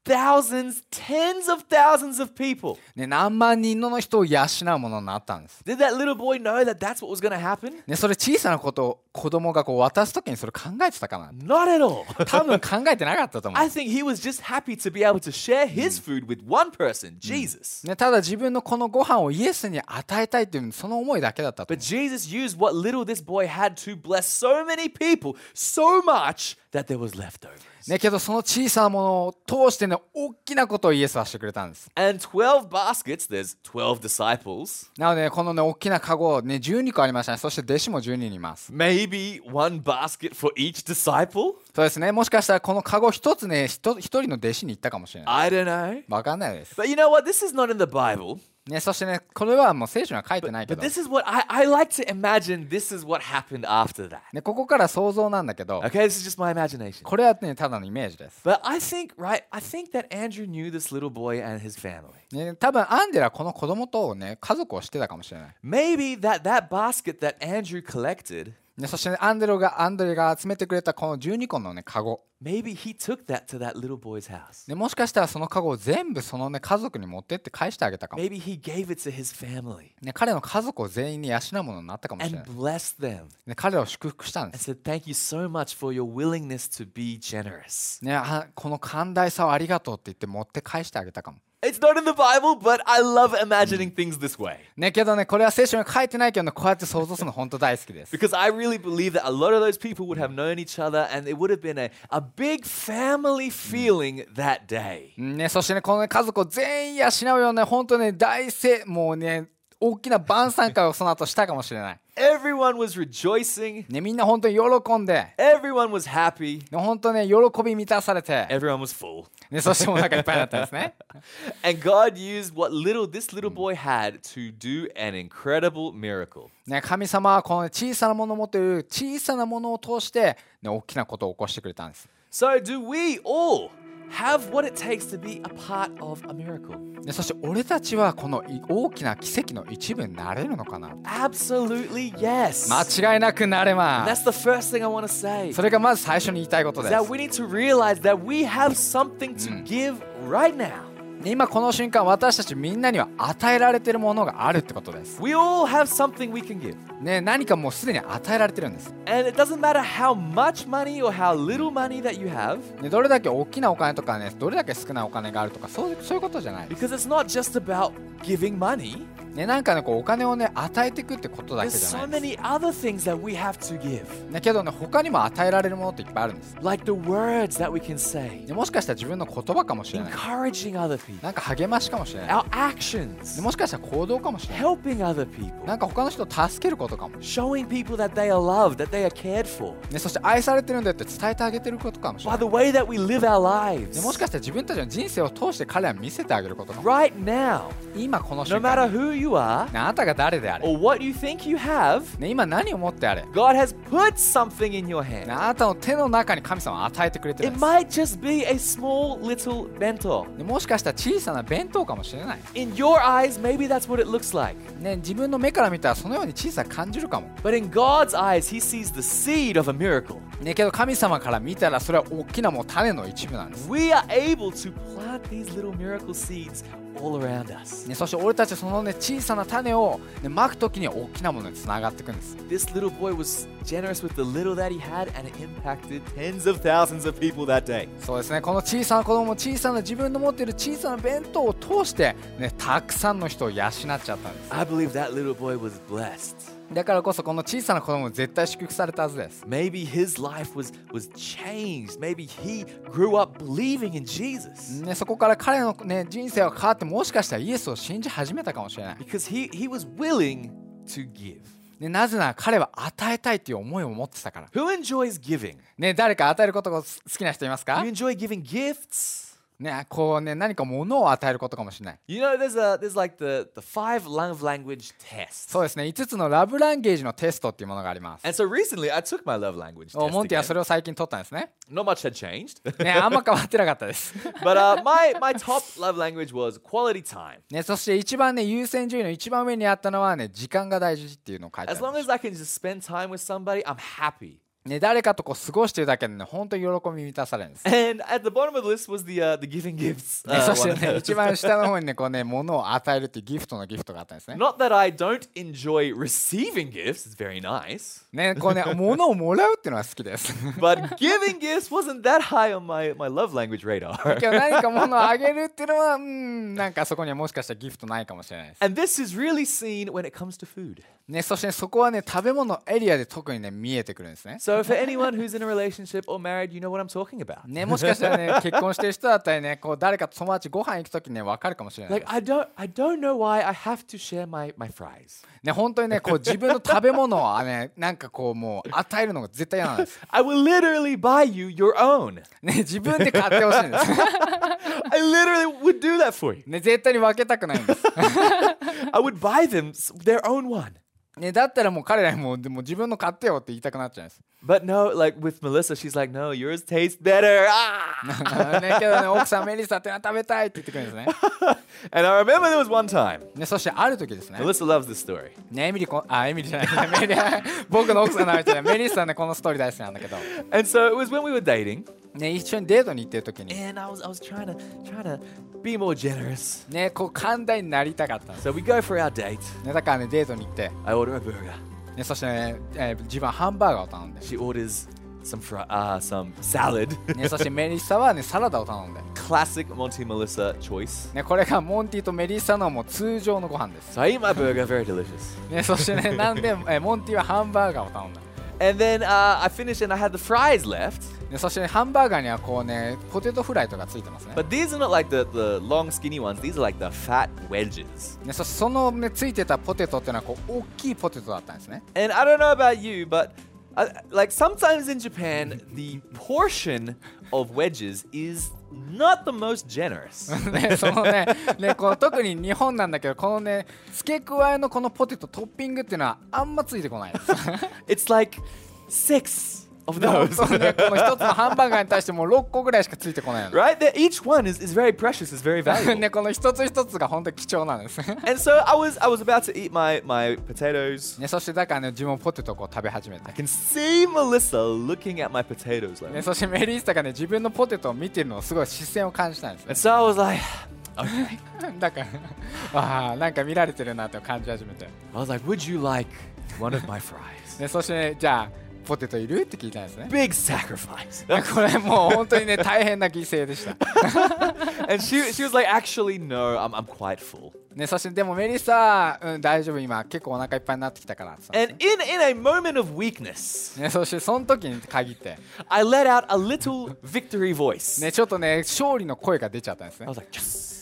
[SPEAKER 1] thousands, tens of thousands of people.
[SPEAKER 2] ね、何万人の人を養うものになったんです。
[SPEAKER 1] Did that little boy know that that's what was going to happen?
[SPEAKER 2] ね、それ小さなことを子供がこう渡す時にそれ考えてたかな
[SPEAKER 1] Not at all.
[SPEAKER 2] 多分考えてなかったと思
[SPEAKER 1] I think he was just happy to be able to share his food with one person, Jesus.
[SPEAKER 2] う、ね、ただ自分のこのご飯をイエスに与えたいっていうその思いだけだったと
[SPEAKER 1] But
[SPEAKER 2] 思
[SPEAKER 1] Jesus used what little this boy had to bless so many people so much that there was leftovers.
[SPEAKER 2] う、ね、けどその小さなものを通してね大きなことをイエスはしてくれたんです
[SPEAKER 1] And 12 baskets, there's 12 disciples.
[SPEAKER 2] なので、ね、このね大きなカゴね12個ありましたねそして弟子も12人います
[SPEAKER 1] Maybe one basket for each disciple?
[SPEAKER 2] そうですねもしかしたらこのカゴ一つねひと一人の弟子に行ったかもしれな
[SPEAKER 1] I
[SPEAKER 2] い
[SPEAKER 1] don't know.
[SPEAKER 2] わかんないです、
[SPEAKER 1] But you know what? This is not in the Bible.
[SPEAKER 2] ね、そしてねこれはもう聖書には書いてない
[SPEAKER 1] But
[SPEAKER 2] けど
[SPEAKER 1] this is what I, I like to imagine this is what happened after that.
[SPEAKER 2] ね、ここから想像なんだけど、
[SPEAKER 1] Okay, this is just my imagination.
[SPEAKER 2] これはね、ただのイメージです。
[SPEAKER 1] But I think, right, I think that Andrew knew this little boy and his family.
[SPEAKER 2] ね、多分アンデラはこの子供とね、家族をしてたかもしれない。
[SPEAKER 1] Maybe that that basket that Andrew collected
[SPEAKER 2] ね、そして、ね、アンデロが、アンドレが集めてくれたこの12個のね、カゴ。
[SPEAKER 1] Maybe he took that to that little boy's house.
[SPEAKER 2] ね、もしかしたらそのカゴを全部そのね、家族に持ってって返してあげたかも。
[SPEAKER 1] Maybe he gave it to his family
[SPEAKER 2] ね、彼の家族を全員に養うものになったかもしれな
[SPEAKER 1] and
[SPEAKER 2] い。
[SPEAKER 1] blessed them
[SPEAKER 2] ね、彼らを祝福したんで
[SPEAKER 1] and
[SPEAKER 2] す。
[SPEAKER 1] said, Thank you so much for your willingness to be generous.
[SPEAKER 2] ね、あこの寛大さをありがとうって言って持って返してあげたかも。
[SPEAKER 1] It's not in the Bible, but I love imagining things this way
[SPEAKER 2] ね、けどね、これは聖書に書いてないけどね、こうやって想像するの本当大好きです。
[SPEAKER 1] because I really believe that a lot of those people would have known each other and it would have been a, a big family feeling that day.
[SPEAKER 2] ね、そしてね、この、ね、家族を全員養うような、本当ね、大盛、もうね、大きな晩餐会をその後したかもしれない。
[SPEAKER 1] Everyone was rejoicing,
[SPEAKER 2] ね、みんな本当に喜んで、ね、
[SPEAKER 1] everyone was happy,
[SPEAKER 2] 本当ね、喜び満たされて、
[SPEAKER 1] everyone was full.
[SPEAKER 2] ね、そしてお腹いっぱいになったんですね。
[SPEAKER 1] And God used what little this little boy had to do an incredible miracle.
[SPEAKER 2] ね、神様はこの小さなものを持っている小さなものを通して、ね、大きなことを起こしてくれたんです。
[SPEAKER 1] So, do we all have what it takes to be a part of a miracle?
[SPEAKER 2] ね、そして俺たちはこのい大きな奇跡の一部になれるのかな
[SPEAKER 1] Absolutely yes.
[SPEAKER 2] 間違いなくなれ
[SPEAKER 1] And
[SPEAKER 2] ま
[SPEAKER 1] That's
[SPEAKER 2] す。
[SPEAKER 1] the first thing I want to say.
[SPEAKER 2] それがまず最初に言いたいことです。
[SPEAKER 1] That we need to realize that we have something to give right now.
[SPEAKER 2] ね今この瞬間私たちみんなには与えられてるものがあるってことです、
[SPEAKER 1] We all have something we can give.
[SPEAKER 2] ね、何かもうすでに与えられてるんです、
[SPEAKER 1] And it doesn't matter how much money or how little money that you have,
[SPEAKER 2] ね、どれだけ大きなお金とかねどれだけ少ないお金があるとかそうそういうことじゃない、
[SPEAKER 1] because it's not just about giving money.
[SPEAKER 2] ね、なんかねこうお金をね与えていくってことだけ
[SPEAKER 1] There's
[SPEAKER 2] じゃ
[SPEAKER 1] so
[SPEAKER 2] ないで
[SPEAKER 1] many
[SPEAKER 2] す、
[SPEAKER 1] other things that we have to give.
[SPEAKER 2] ね、けどね他にも与えられるものっていっぱいあるんです、
[SPEAKER 1] like the words that we can say,
[SPEAKER 2] ね、もしかしたら自分の言葉かもしれない
[SPEAKER 1] encouraging other people,
[SPEAKER 2] なんか励ましかもしれない、
[SPEAKER 1] our
[SPEAKER 2] ね
[SPEAKER 1] actions,
[SPEAKER 2] もしかしたら行動かもしれない
[SPEAKER 1] helping other
[SPEAKER 2] な
[SPEAKER 1] people,
[SPEAKER 2] んか他の人を助けることかも、
[SPEAKER 1] showing people that they are loved, that they are cared for,
[SPEAKER 2] ね、そして愛されてるんだよって伝えてあげてることかもしれ
[SPEAKER 1] by
[SPEAKER 2] ない、
[SPEAKER 1] the way that we live our
[SPEAKER 2] ね、もし
[SPEAKER 1] lives.
[SPEAKER 2] かしたら自分たちの人生を通して彼らに見せてあげることかも
[SPEAKER 1] Right now,
[SPEAKER 2] 今この
[SPEAKER 1] no
[SPEAKER 2] 瞬間
[SPEAKER 1] matter who you are
[SPEAKER 2] ねあなたが誰であれ、
[SPEAKER 1] or what you think you have,
[SPEAKER 2] ね、今何を持ってあれ、ね
[SPEAKER 1] God has put something in your
[SPEAKER 2] あ
[SPEAKER 1] hand.
[SPEAKER 2] なたの手の中に神様は与えてくれてるん
[SPEAKER 1] It
[SPEAKER 2] です、
[SPEAKER 1] might just be a small little bento.
[SPEAKER 2] ねもしかしたら小さな弁当かもしれない、
[SPEAKER 1] In your eyes, maybe that's what it looks like.
[SPEAKER 2] ね、自分の目から見たらそのように小さく感じるかも、
[SPEAKER 1] But in God's eyes, He sees the seed of a miracle.
[SPEAKER 2] ね、けど神様から見たらそれは大きなもう種の一部なんです、
[SPEAKER 1] We are able to plant these little miracle seeds all around us.
[SPEAKER 2] ね、そして俺たちその、ね、小さな種を、ね、まく時には大きなものにつながっていくんです
[SPEAKER 1] This little boy was generous with the little that he had, and it impacted tens of thousands of people that day.
[SPEAKER 2] そうですねこの小さな子供小さな自分の持っている小さな弁当を通して、ね、たくさんの人を養っちゃったんです
[SPEAKER 1] I believe that little boy was blessed.
[SPEAKER 2] だからこそこの小さな子供も絶対祝福されたはずです
[SPEAKER 1] Maybe his life was, was changed. Maybe he grew up believing in Jesus
[SPEAKER 2] ね、そこから彼の、ね、人生は変わってもしかしたらイエスを信じ始めたかもしれない、
[SPEAKER 1] because he, he was willing to give.
[SPEAKER 2] ね、なぜなら彼は与えたいという思いを持ってたから、
[SPEAKER 1] Who enjoys giving?
[SPEAKER 2] ね、誰か与えることが好きな人いますか
[SPEAKER 1] You、enjoy giving gifts?
[SPEAKER 2] ねこうね、何か物を与えることかもしれない
[SPEAKER 1] You know, there's a there's like the, the five love language test.
[SPEAKER 2] そうですね5つのラブランゲージのテストっていうものがあります
[SPEAKER 1] And so recently I took my love language
[SPEAKER 2] お
[SPEAKER 1] test.
[SPEAKER 2] モンティは
[SPEAKER 1] Again.
[SPEAKER 2] それを最近取ったんですね
[SPEAKER 1] Not much had changed.
[SPEAKER 2] ねあんま変わってなかったです
[SPEAKER 1] but uh, my, my top love language was quality time.
[SPEAKER 2] ね、そして一番ね優先順位の一番上にあったのはね時間が大事っていうのを書いてあ
[SPEAKER 1] As
[SPEAKER 2] る
[SPEAKER 1] long as I can just spend time with somebody, I'm happy.
[SPEAKER 2] ね誰かとこう過ごしてるだけでね本当に喜び満たされるんです、ね
[SPEAKER 1] And at the bottom of the list was the uh, the giving gifts. uh,
[SPEAKER 2] そして
[SPEAKER 1] one.
[SPEAKER 2] ね一番下の方にねこうね物を与えるっていうギフトのギフトがあったんです ね
[SPEAKER 1] Not that I don't enjoy receiving gifts, it's very nice.
[SPEAKER 2] ねこうね物をもらうっていうのは好きです
[SPEAKER 1] But giving gifts wasn't that high on my, my love language radar.
[SPEAKER 2] 今日何か物をあげるっていうのはうんなんかそこにはもしかしたらギフトないかもしれないです
[SPEAKER 1] And this is really seen when it comes to food.
[SPEAKER 2] ねそして、ね、そこはね食べ物エリアで特にね見えてくるんですね
[SPEAKER 1] So for anyone who's in a relationship or married, you know what I'm talking about.
[SPEAKER 2] ねもしかしたらね結婚してる人だったりねこう誰かと友達ご飯行く時にね分かるかもしれない
[SPEAKER 1] Like
[SPEAKER 2] で す
[SPEAKER 1] I don't I don't know why I have to share my, my fries.
[SPEAKER 2] ね本当にねこう自分の食べ物をねなんかこうもう与えるのが絶対嫌なんです
[SPEAKER 1] I will literally buy you your own.
[SPEAKER 2] ね自分で買ってほしいんです
[SPEAKER 1] I literally would do that for you.
[SPEAKER 2] ね絶対に分けたくないんです
[SPEAKER 1] I would buy them s- their own one.
[SPEAKER 2] ねだったらもう彼らにもうでも自分の買ってよって言いたくなっちゃうんです
[SPEAKER 1] But no, like with Melissa, she's like, no, yours tastes better. Ah!
[SPEAKER 2] ねけどね奥さんメリッサってのは食べたいって言ってくるんですね
[SPEAKER 1] and I remember there was one time.
[SPEAKER 2] ねそしてある時ですね
[SPEAKER 1] Melissa loves this story.
[SPEAKER 2] ねエミリこあエミリじゃないねメリ僕の奥さんの話じゃないメリッサねこのストーリー大好きなんだけど
[SPEAKER 1] And so it was when we were dating,
[SPEAKER 2] ね一緒にデートに行ってる時に
[SPEAKER 1] and I was I was trying to trying to be more generous.
[SPEAKER 2] ねこう寛大になりたかったんです
[SPEAKER 1] So we go for our date.
[SPEAKER 2] ねだからねデートに行って、
[SPEAKER 1] I order a burger.
[SPEAKER 2] ね、そしてね、えー自分はハンバーガーを頼んで
[SPEAKER 1] She orders some fr- uh, some salad.
[SPEAKER 2] ね、そしてメリッサはねサラダを頼んで、
[SPEAKER 1] Classic Monty Melissa choice.
[SPEAKER 2] ね、これがモンティとメリッサのもう通常のご飯です、
[SPEAKER 1] So I eat my burger, very delicious.
[SPEAKER 2] ね、そしてねなんで、えーモンティはハンバーガーを頼んだ、
[SPEAKER 1] And then uh, I finished and I had the fries left.
[SPEAKER 2] ね、そして、ね、ハンバーガーにはこうねポテトフライとかついてますね
[SPEAKER 1] But these are not like the, the long skinny ones, these are like the fat wedges.
[SPEAKER 2] ね、そしてその、ね、ついてたポテトっていうのはこう大きいポテトだったんですね
[SPEAKER 1] And I don't know about you, but I, like sometimes in Japan, the portion of wedges is not the most generous.
[SPEAKER 2] ねそのねねこう特に日本なんだけどこのね付け加えのこのポテトトッピングっていうのはあんまついてこないです
[SPEAKER 1] it's like six of
[SPEAKER 2] でも
[SPEAKER 1] those.
[SPEAKER 2] そうねこの一つのハンバーガーに対してもう6個ぐらいしかついてこないの
[SPEAKER 1] right? They're, each one is, is very precious, is very
[SPEAKER 2] ね
[SPEAKER 1] valuable.
[SPEAKER 2] この一つ一つが本当に貴重なんです
[SPEAKER 1] and so I was I was about to eat my, my potatoes.
[SPEAKER 2] ね、そしてだからね自分もポテトをこう食べ始めて
[SPEAKER 1] I、can see Melissa looking at my potatoes like
[SPEAKER 2] ね、そしてメリッサがね自分のポテトを見てるのをすごい視線を感じたんですね
[SPEAKER 1] And so I was like okay.
[SPEAKER 2] だからあーなんか見られてるなって感じ始めて、
[SPEAKER 1] I was like, would you like one of my fries?
[SPEAKER 2] ね、そして、ね、じゃあポテトいるって聞いたんですね
[SPEAKER 1] Big sacrifice.
[SPEAKER 2] ねこれもう本当にね大変な犠牲でした、
[SPEAKER 1] and she she was like, actually no, I'm I'm quite full.
[SPEAKER 2] ね、そしてでもメリッサうん大丈夫今結構お腹いっぱいになってきたからって言ったん
[SPEAKER 1] And
[SPEAKER 2] で
[SPEAKER 1] in in a moment of weakness,
[SPEAKER 2] すねね、そしてその時に限って、
[SPEAKER 1] I let out a little victory voice.
[SPEAKER 2] ね、ちょっとね勝利の声が出ちゃったんですね
[SPEAKER 1] I was like, yes.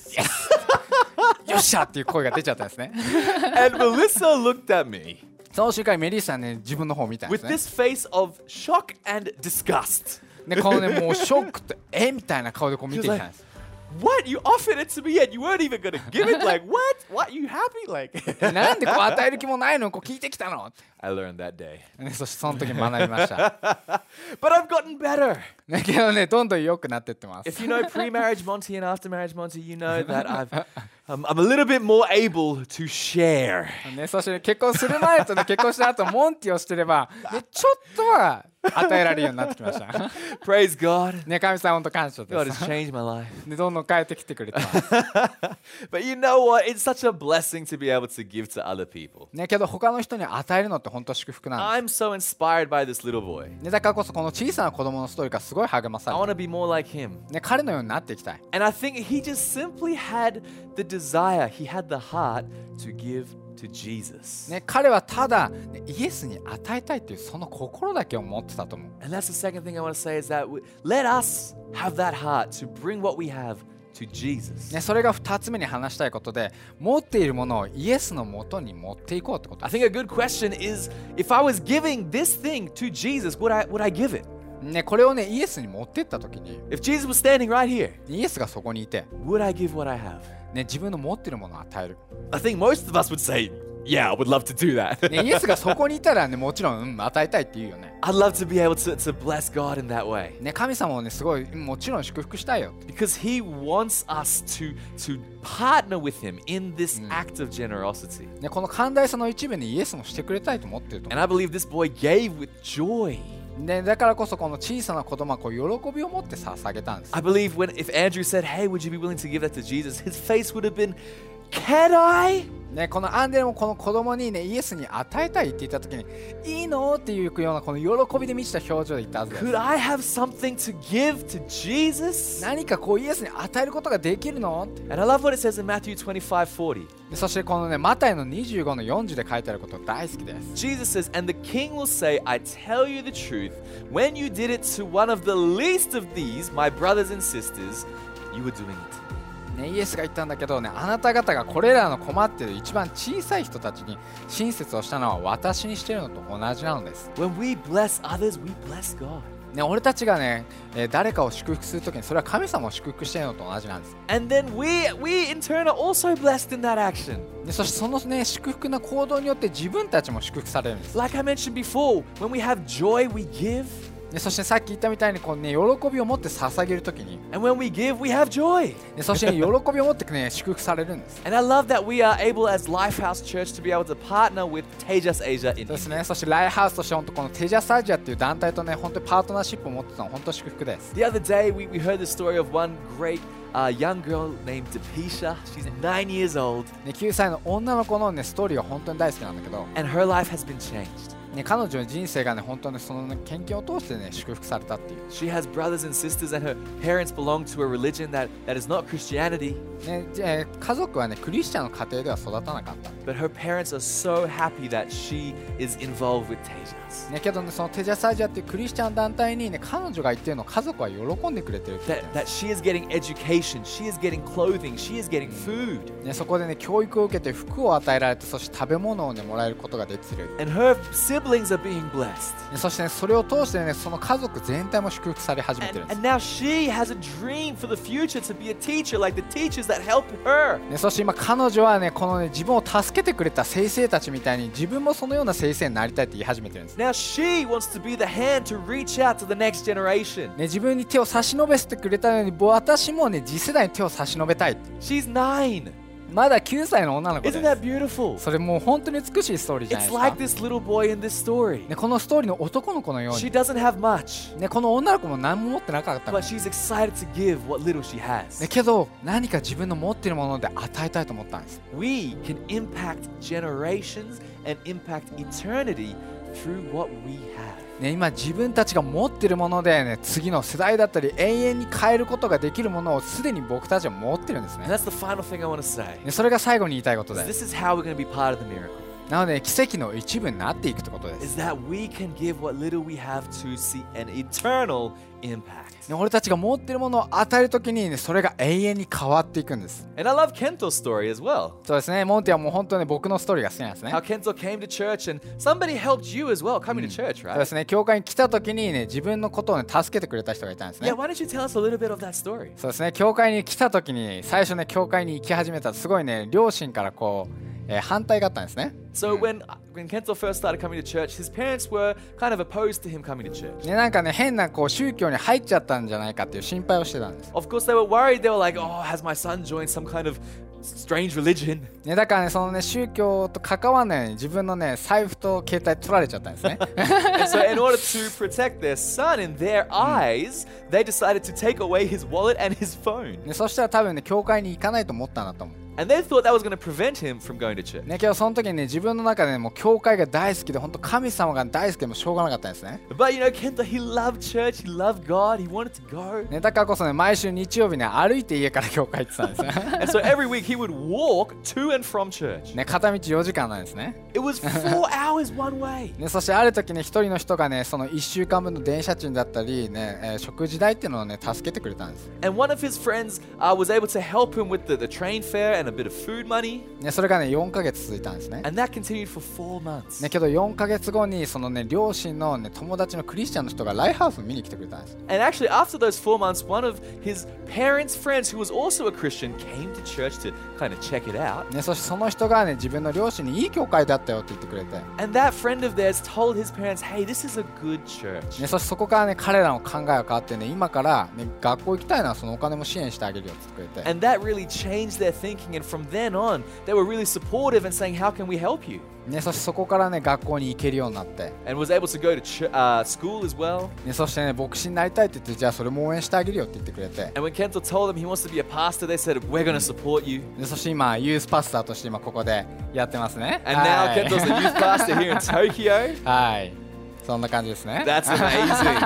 [SPEAKER 2] よっしゃっていう声が出ちゃったんですね
[SPEAKER 1] and Melissa looked at me
[SPEAKER 2] その瞬間にメリッサね自分の方を見たんで
[SPEAKER 1] with
[SPEAKER 2] すね
[SPEAKER 1] this face of shock and disgust.
[SPEAKER 2] ね、このね、もうショックと、えみたいな顔でこう見
[SPEAKER 1] She
[SPEAKER 2] て
[SPEAKER 1] was
[SPEAKER 2] きた
[SPEAKER 1] like,
[SPEAKER 2] んです。
[SPEAKER 1] what? You offered it to me and you weren't even gonna give it? Like, what? What? You happy? Like,
[SPEAKER 2] なんでこう与える気もないのにこう聞いてきたのっ
[SPEAKER 1] I learned that day.
[SPEAKER 2] てね、そしてその時学びました。
[SPEAKER 1] But I've gotten better.
[SPEAKER 2] ね、けどね、どんどん良くなってってま す。
[SPEAKER 1] If you know pre-marriage Monty and after-marriage Monty, you know that I've I'm, I'm a little bit more able to share.
[SPEAKER 2] ね、そして結婚する前とね結婚した後モンティをしてれ ば、ね、ちょっとは与えられるようになってきました
[SPEAKER 1] Praise God.
[SPEAKER 2] ね神さん本当感謝
[SPEAKER 1] God
[SPEAKER 2] で
[SPEAKER 1] has
[SPEAKER 2] す
[SPEAKER 1] changed my life.
[SPEAKER 2] でどんどん変えてきてくれた
[SPEAKER 1] But you know what? It's such a blessing to be able to give to other people.
[SPEAKER 2] ねけど他の人に与えるのって本当祝福な
[SPEAKER 1] I'm
[SPEAKER 2] んで
[SPEAKER 1] so inspired by this little boy.
[SPEAKER 2] す、ね、だからこそこの小さな子供のストーリーがすごい励まさ
[SPEAKER 1] I
[SPEAKER 2] れ
[SPEAKER 1] want to be more like him.
[SPEAKER 2] る、ね、彼のようになっていきたい
[SPEAKER 1] And I think he just simply had the desire, he had the heart to give to Jesus.
[SPEAKER 2] ね、彼はただ、ねイエスに与えたいっていうその心だけを持ってたと思う。
[SPEAKER 1] And that's the second thing I want to say is that w let us have that heart to bring what we have to Jesus.
[SPEAKER 2] ね、それが2つ目に話したいことで持っているものをイエスのもとに持っていこうってこと
[SPEAKER 1] I think a good question is if I was giving this thing to Jesus, would I would I give it?
[SPEAKER 2] ね、これをねイエスに持ってった時に
[SPEAKER 1] If Jesus was standing right here,
[SPEAKER 2] イエスがそこにいて、
[SPEAKER 1] would I give what I have?
[SPEAKER 2] ね、自分の持ってるものを与える、
[SPEAKER 1] I think most of us would say, yeah, I would love to do that.
[SPEAKER 2] ね、イエスがそこにいたらねもちろん、うん、与えたいって言うよね
[SPEAKER 1] I'd love to be able to, to bless God in that way
[SPEAKER 2] ね神様をねすごいうんもちろん祝福したいよ
[SPEAKER 1] because He wants us to, to partner with Him in this act of generosity.
[SPEAKER 2] ねこの寛大さの一部にイエスもしてくれたいと思ってると
[SPEAKER 1] And I believe this boy gave with joy.
[SPEAKER 2] ねだからこそこの小さな子供はこう喜びを持って捧げたんです
[SPEAKER 1] I believe when if Andrew said, "Hey, would you be willing to give that to Jesus?" his face would have been, "Can I?"
[SPEAKER 2] ね、このアンデルもこの子供にねイエスに与えたいって言った時にいいのっていうようなこの喜びで満ちた表情で言ったはずです
[SPEAKER 1] Could I have something to give to Jesus?
[SPEAKER 2] 何かこうイエスに与えることができるの
[SPEAKER 1] And I love what it says in Matthew 25 40.
[SPEAKER 2] でそしてこのねマタイの25の40で書いてあること大好きです
[SPEAKER 1] Jesus says, And the king will say, I tell you the truth, when you did it to one of the least of these, my brothers and sisters, you were doing it. to me."
[SPEAKER 2] ねイエスが言ったんだけどねあなた方がこれらの困っている一番小さい人たちに親切をしたのは私にしてるのと同じなのです、
[SPEAKER 1] When we bless others, we bless God.
[SPEAKER 2] ね、俺たちがね、えー誰かを祝福する時にそれは神様を祝福してるのと同じなんです
[SPEAKER 1] And then we, we in turn are also blessed in that action.
[SPEAKER 2] でそしてそのね祝福な行動によって自分たちも祝福されるんです
[SPEAKER 1] Like I mentioned before, when we have joy, we give.
[SPEAKER 2] でそしてさっき言ったみたいにこう、ね、喜びを持って捧げるときに
[SPEAKER 1] And when we give, we have joy.
[SPEAKER 2] でそして、ね、喜びを持って、ね、祝福されるんです。
[SPEAKER 1] And I love that we are able as Lifehouse Church to be able to partner with Tejas Asia in
[SPEAKER 2] そうです
[SPEAKER 1] India.
[SPEAKER 2] ね、そしてライハウスとして本当このテジャサージアっていう団体とね本当にパートナーシップを持ってたの本当祝福です。
[SPEAKER 1] The other day, we, we heard the story of one great uh, young girl named Depisha. She's nine years old,
[SPEAKER 2] ね、9歳の女の子のねストーリーが本当に大好きなんだけど、
[SPEAKER 1] and her life has been changed.
[SPEAKER 2] ね、彼女の人生がね本当にその、ね、研究を通してね祝福されたってい
[SPEAKER 1] She has brothers and sisters, and her parents belong to a religion that, that is not Christianity,
[SPEAKER 2] う、ねじえー家族はねクリスチャンの家庭では育たなかった。
[SPEAKER 1] but her parents are so happy that she is involved with Tejas.
[SPEAKER 2] ね、けどねそのテジャサージアっていうクリスチャン団体にね彼女が行ってるのを家族は喜んでくれてるって言ってる
[SPEAKER 1] That, that she is getting education, she is getting clothing, she is getting food.
[SPEAKER 2] ね、そこでね教育を受けて服を与えられてそして食べ物をねもらえることができる、
[SPEAKER 1] And her siblings are being blessed.
[SPEAKER 2] ね、そして、ね、それを通してねその家族全体も祝福され始め
[SPEAKER 1] And,
[SPEAKER 2] てるんです
[SPEAKER 1] and、now she has a dream for the future to be a teacher like the teachers that help her.
[SPEAKER 2] ね、そして今彼女はねこのね自分を助けてくれた先生たちみたいに自分もそのような先生になりたいって言い始めてるんです、ね
[SPEAKER 1] Now she wants to be the hand to reach out to the next generation.
[SPEAKER 2] 自分に手を差し伸べてくれたのに私もね次世代に手を差し伸べたいって
[SPEAKER 1] She's nine.
[SPEAKER 2] まだ9歳の女の子
[SPEAKER 1] Isn't
[SPEAKER 2] で
[SPEAKER 1] that
[SPEAKER 2] す
[SPEAKER 1] beautiful?
[SPEAKER 2] それもう本当に美しいストーリーじゃない
[SPEAKER 1] It's
[SPEAKER 2] ですか
[SPEAKER 1] like、this little boy in this story.
[SPEAKER 2] ね、このストーリーの男の子のよう
[SPEAKER 1] She
[SPEAKER 2] に、
[SPEAKER 1] doesn't have much,
[SPEAKER 2] ね、この女の子も何も持ってなかったの
[SPEAKER 1] but she's excited to give what little she
[SPEAKER 2] ね、
[SPEAKER 1] has.
[SPEAKER 2] けど何か自分の持ってるもので与えたいと思ったんです、
[SPEAKER 1] We can impact generations and impact eternity through what we have.
[SPEAKER 2] ね、今自分たちが持ってるもので、ね、次の世代だったり永遠に変えることができるものをすでに僕たちは持ってるんですね
[SPEAKER 1] And that's the final thing I want to say.
[SPEAKER 2] ねそれが最後に言いたいことで
[SPEAKER 1] is This is how we're going to be part of the miracle.
[SPEAKER 2] なので奇跡の一部になっていくってことです
[SPEAKER 1] Is that we can give what little we have to see an eternal impact.
[SPEAKER 2] ね俺たちが持ってるものを与えるときに、ね、それが永遠に変わっていくんです
[SPEAKER 1] And I love Kento's story as well.
[SPEAKER 2] そうですねモンティはもう本当に僕のストーリーが好きなんですね
[SPEAKER 1] How Kenzo came to church and somebody helped you as well coming to church,
[SPEAKER 2] そうで
[SPEAKER 1] right?
[SPEAKER 2] すね教会に来た時にね自分のことをね助けてくれた人がいたんですね
[SPEAKER 1] Yeah, why don't you tell us a little bit of that story?
[SPEAKER 2] そうですね教会に来た時に最初ね教会に行き始めたすごいね両親からこう、えー反対があったんですね
[SPEAKER 1] So when uh, when Kenzo first started coming to church, his parents were kind of opposed to him coming to church.
[SPEAKER 2] ねなんかね変なこう宗教に入っちゃったんじゃないかっていう心配をしてたんです
[SPEAKER 1] Of course, they were worried. They were like, "Oh, has my son joined some kind of strange religion.
[SPEAKER 2] ね、だからね、そのね、宗教と関わらないように自分のね、財布と携帯取られちゃったんですね。
[SPEAKER 1] And so, in order to protect their son in their eyes, they decided to take away his wallet and his phone.
[SPEAKER 2] ねそしたら多分ね、教会に行かないと思ったんだと思う。
[SPEAKER 1] And they thought that was going to prevent him from going to church.
[SPEAKER 2] ね、けどその時にね、自分の中でね、もう教会が大好きで、本当神様が大好きでもうしょうがなかったんですね。
[SPEAKER 1] But you know, Kenta, he loved church, he loved God, he wanted to go.
[SPEAKER 2] ね、だからこそね、毎週日曜日ね、歩いて家から 教会行ってたんです ね。
[SPEAKER 1] And so every week he would walk to and from church.
[SPEAKER 2] ね、片道4時間なんですね。
[SPEAKER 1] It was four hours one way.
[SPEAKER 2] ね、そしてある時ね、一人の人がね、その1週間分の電車賃だったり、ね、えー食事代っていうのをね、助けてくれたんです。
[SPEAKER 1] And one of his friends uh, was able to help him with the, the train fare and a bit of food money.
[SPEAKER 2] ね、それがね、4ヶ月続いたんですね。
[SPEAKER 1] And that continued for four months.
[SPEAKER 2] ね、けど4ヶ月後にそのね両親のね友達のクリスチャンの人がライフハウス見に来てくれたんです
[SPEAKER 1] And actually, after those four months, one of his parents' friends, who was also a Christian, came to church to kind of check it out.
[SPEAKER 2] ねそしてその人がね自分の両親にいい教会だったよって言ってくれて
[SPEAKER 1] And that friend of theirs told his parents, hey, this is a good church.
[SPEAKER 2] ねそしてそこからね彼らの考えが変わってね今からね学校行きたいならそのお金も支援してあげるよって言ってくれて
[SPEAKER 1] And that really changed their thinking. And from then on, they were really supportive and saying, how can we help you?
[SPEAKER 2] ねそしてそこからね学校に行けるようになって
[SPEAKER 1] And was able to go to ch- uh, school as well.
[SPEAKER 2] ねそしてね牧師になりたいって言ってじゃあそれも応援してあげるよって言ってくれて
[SPEAKER 1] And when Kento told them he wants to be a pastor, they said, we're going to support you.
[SPEAKER 2] ねそして今ユースパスターとして今ここでやってますね
[SPEAKER 1] And now
[SPEAKER 2] はい
[SPEAKER 1] Kento's a youth pastor here in Tokyo.
[SPEAKER 2] はいそんな感じですね
[SPEAKER 1] That's amazing.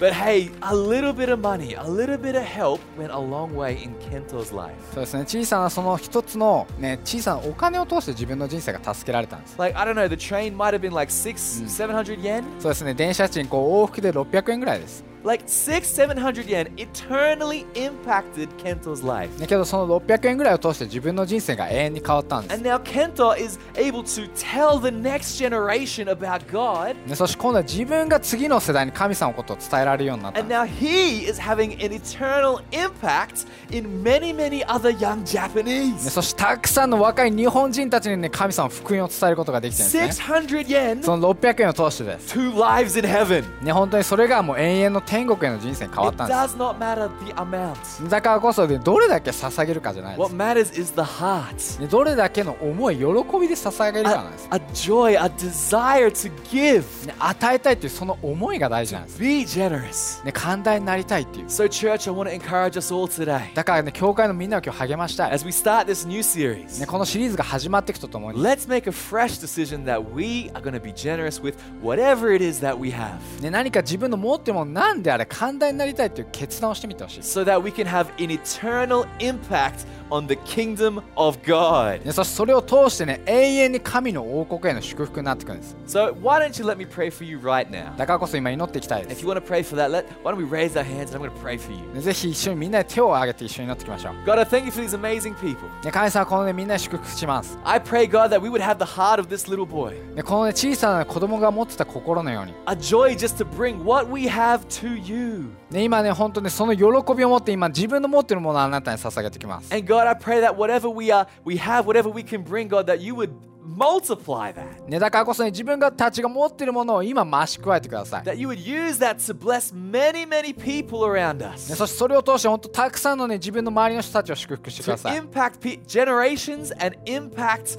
[SPEAKER 1] but hey, a little bit of money, a little bit of help went a long way in Kento's life.
[SPEAKER 2] そうですね小さなその一つの、ね、小さなお金を通して自分の人生が助けられたんです
[SPEAKER 1] Like, I don't know, the train might have been like six, 700 yen.
[SPEAKER 2] そうですね電車賃こう往復で600円ぐらいです、
[SPEAKER 1] Like, six, 700 yen eternally impacted Kento's life.
[SPEAKER 2] ね、けどその600円ぐらいを通して自分の人生が永遠に変わったんです、
[SPEAKER 1] And now Kento is able to tell the next generation about God.
[SPEAKER 2] ね、そして今度は自分が次の世代に神様のことを伝えられるようになった
[SPEAKER 1] And now he is having an eternal impact in many, many other young
[SPEAKER 2] ね、
[SPEAKER 1] Japanese.
[SPEAKER 2] そしてたくさんの若い日本人たちにね神様の福音を伝えることができてるんですね
[SPEAKER 1] 600 yen,
[SPEAKER 2] その600円を通してです、
[SPEAKER 1] two lives in heaven.
[SPEAKER 2] ね、本当にそれがもう永遠の天国への人生に変わっ
[SPEAKER 1] It
[SPEAKER 2] たんで
[SPEAKER 1] does not matter the amount.
[SPEAKER 2] すだからこそでどれだけ捧げるかじゃないで
[SPEAKER 1] What
[SPEAKER 2] す、
[SPEAKER 1] matters is the heart.
[SPEAKER 2] ね、どれだけの思い喜びで捧げるかなん
[SPEAKER 1] A,
[SPEAKER 2] です
[SPEAKER 1] a joy, a desire to give.
[SPEAKER 2] ね与えたいっていうその思いが大事なんです、
[SPEAKER 1] Be generous.
[SPEAKER 2] ね、寛大になりたいっていう
[SPEAKER 1] So, church, I want to encourage us all today
[SPEAKER 2] だからね教会のみんなを今日励ましたい、
[SPEAKER 1] as we start this new series.
[SPEAKER 2] ね、このシリーズが始まっていくとともに、
[SPEAKER 1] Let's make a fresh decision that we are going to be generous with whatever it is that we have
[SPEAKER 2] ね、何か自分の持ってるものなんであれ寛大になりたいっていう決断をしてみてほしい、
[SPEAKER 1] so that we can have an eternal impact on the kingdom of God.
[SPEAKER 2] ね、そしてそれを通してね永遠に神の王国への祝福になっていくんです
[SPEAKER 1] So, why don't you let me pray for you right now?
[SPEAKER 2] だからこそ今祈っていきたいで
[SPEAKER 1] If
[SPEAKER 2] す
[SPEAKER 1] you want to pray for that, let, why don't we raise our hands and I'm going to pray for you.
[SPEAKER 2] ねぜひ一緒にみんなで手を挙げて一緒になっていきましょう、
[SPEAKER 1] God, I thank you for these amazing people.
[SPEAKER 2] ね、神様このねみんなで祝福します、
[SPEAKER 1] I pray, God, that we would have the heart of this little boy.
[SPEAKER 2] ね、このね小さな子供が持ってた心のように
[SPEAKER 1] A joy just to bring what we have to you.
[SPEAKER 2] ね、今ね、本当ね、その喜びを持って、今、自分の持ってるものをあなたに捧げてきます。
[SPEAKER 1] And God, I pray that whatever we are, we have, whatever we can bring, God, that you would multiply that.
[SPEAKER 2] ね、だからこそね、自分がたちが持ってるものを今、増し加えてください。ね、
[SPEAKER 1] That you would use that to bless many, many people around us.
[SPEAKER 2] そしてそれを通して、本当たくさんのね、自分の周りの人たちを祝福してくだ
[SPEAKER 1] To
[SPEAKER 2] さい。
[SPEAKER 1] impact pe- generations and impact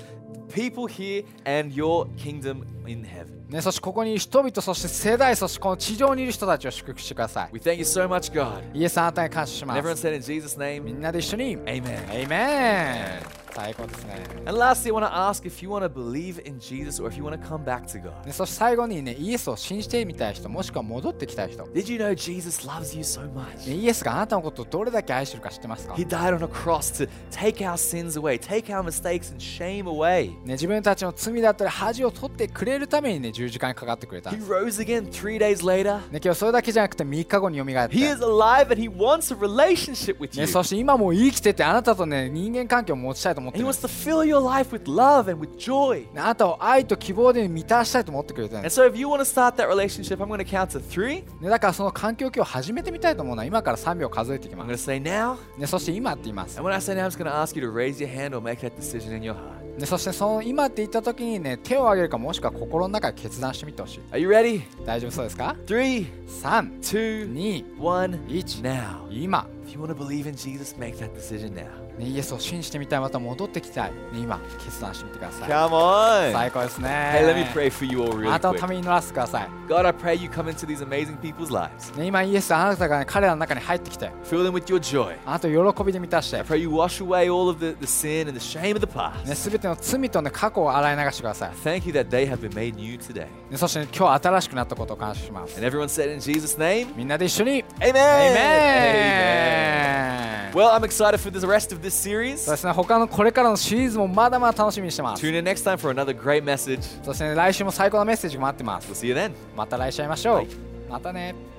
[SPEAKER 1] people here and your kingdom in heaven.
[SPEAKER 2] ね、そしてここにいる人々、そして世代、そしてこの地上にいる人たちを祝福してくださ
[SPEAKER 1] We thank you so much, God.
[SPEAKER 2] い。イエスあなたに感謝し
[SPEAKER 1] And
[SPEAKER 2] ま
[SPEAKER 1] everyone
[SPEAKER 2] す。
[SPEAKER 1] said in Jesus'
[SPEAKER 2] み
[SPEAKER 1] name,
[SPEAKER 2] んなで一緒に、
[SPEAKER 1] Amen.
[SPEAKER 2] エイメン最高ですね。
[SPEAKER 1] And lastly, I want to ask if you want to believe in Jesus or if you want to come back to God.
[SPEAKER 2] ね、そして最後にね、イエスを信じてみたい人、もしくは戻ってきたい人、ね、
[SPEAKER 1] Did you know Jesus loves you so much?
[SPEAKER 2] イエスがあなたのことをどれだけ愛してるか知ってますか
[SPEAKER 1] He died on a cross to take our sins away, take our mistakes and shame away.
[SPEAKER 2] ね、自分たちの罪だったり恥を取ってくれるためにね十字架にかかってくれたん
[SPEAKER 1] He
[SPEAKER 2] です、ね、
[SPEAKER 1] rose again three days later.
[SPEAKER 2] 今日それだけじゃなくて3日後によみがえって
[SPEAKER 1] He is alive and he wants a relationship with
[SPEAKER 2] ね、
[SPEAKER 1] you.
[SPEAKER 2] そして今も生きててあなたとね人間関係を持ちたいと思っ
[SPEAKER 1] And
[SPEAKER 2] て
[SPEAKER 1] he
[SPEAKER 2] るんで
[SPEAKER 1] wants
[SPEAKER 2] す
[SPEAKER 1] to fill your life with love and with joy.
[SPEAKER 2] ねあなたを愛と希望で満たしたいと思ってくれてるんで
[SPEAKER 1] And
[SPEAKER 2] す、
[SPEAKER 1] so, if you want to start that relationship, I'm going to count to three.
[SPEAKER 2] ね、だからその環境を今日始めてみたいと思うのは今から3秒数えていき
[SPEAKER 1] I'm
[SPEAKER 2] ま
[SPEAKER 1] going
[SPEAKER 2] す、
[SPEAKER 1] to say now.
[SPEAKER 2] ね、そして今って言います、
[SPEAKER 1] And when I say now, I'm just going to ask you to raise your hand or make that decision in your heart.
[SPEAKER 2] ね、そしてその今って言った時にね手を挙げるかもしくは心の中で決断してみてほしい
[SPEAKER 1] Are you ready?
[SPEAKER 2] 大丈夫そうですか
[SPEAKER 1] Three, two,
[SPEAKER 2] 321
[SPEAKER 1] one, now.
[SPEAKER 2] 今
[SPEAKER 1] If you want to believe in Jesus, make that decision now.
[SPEAKER 2] ね、イエスを信じてみたいまた戻ってきたい、ね、今決断してみてください
[SPEAKER 1] Come on.
[SPEAKER 2] 最高ですね
[SPEAKER 1] Hey, let me pray for you all
[SPEAKER 2] あ
[SPEAKER 1] really
[SPEAKER 2] なたのた
[SPEAKER 1] quick.
[SPEAKER 2] めに祈らせてくださ
[SPEAKER 1] God, I pray you come into these amazing people's lives.
[SPEAKER 2] い、ね、今イエスあなたが、ね、彼らの中に入ってきて
[SPEAKER 1] Fill them with your joy.
[SPEAKER 2] あなたを喜びで満たして
[SPEAKER 1] I pray you wash away all of the, the sin and the shame of the past.
[SPEAKER 2] ね、全ての罪と、ね、過去を洗い流してください、
[SPEAKER 1] Thank you that they have been made new today.
[SPEAKER 2] ね、そして、ね、今日新しくなったことを感謝します
[SPEAKER 1] And everyone said in Jesus' name,
[SPEAKER 2] みんなで一緒に
[SPEAKER 1] Amen. Amen.
[SPEAKER 2] Amen!
[SPEAKER 1] Well, I'm excited for the rest of this series.
[SPEAKER 2] そうですね、他のこれからのシリーズもまだまだ楽しみにしてます。
[SPEAKER 1] Tune in next time for another great message.
[SPEAKER 2] そして、ね、来週も最高のメッセージが待ってま
[SPEAKER 1] We'll
[SPEAKER 2] す。
[SPEAKER 1] see you then.
[SPEAKER 2] また来週会いましょう。
[SPEAKER 1] はい
[SPEAKER 2] またね。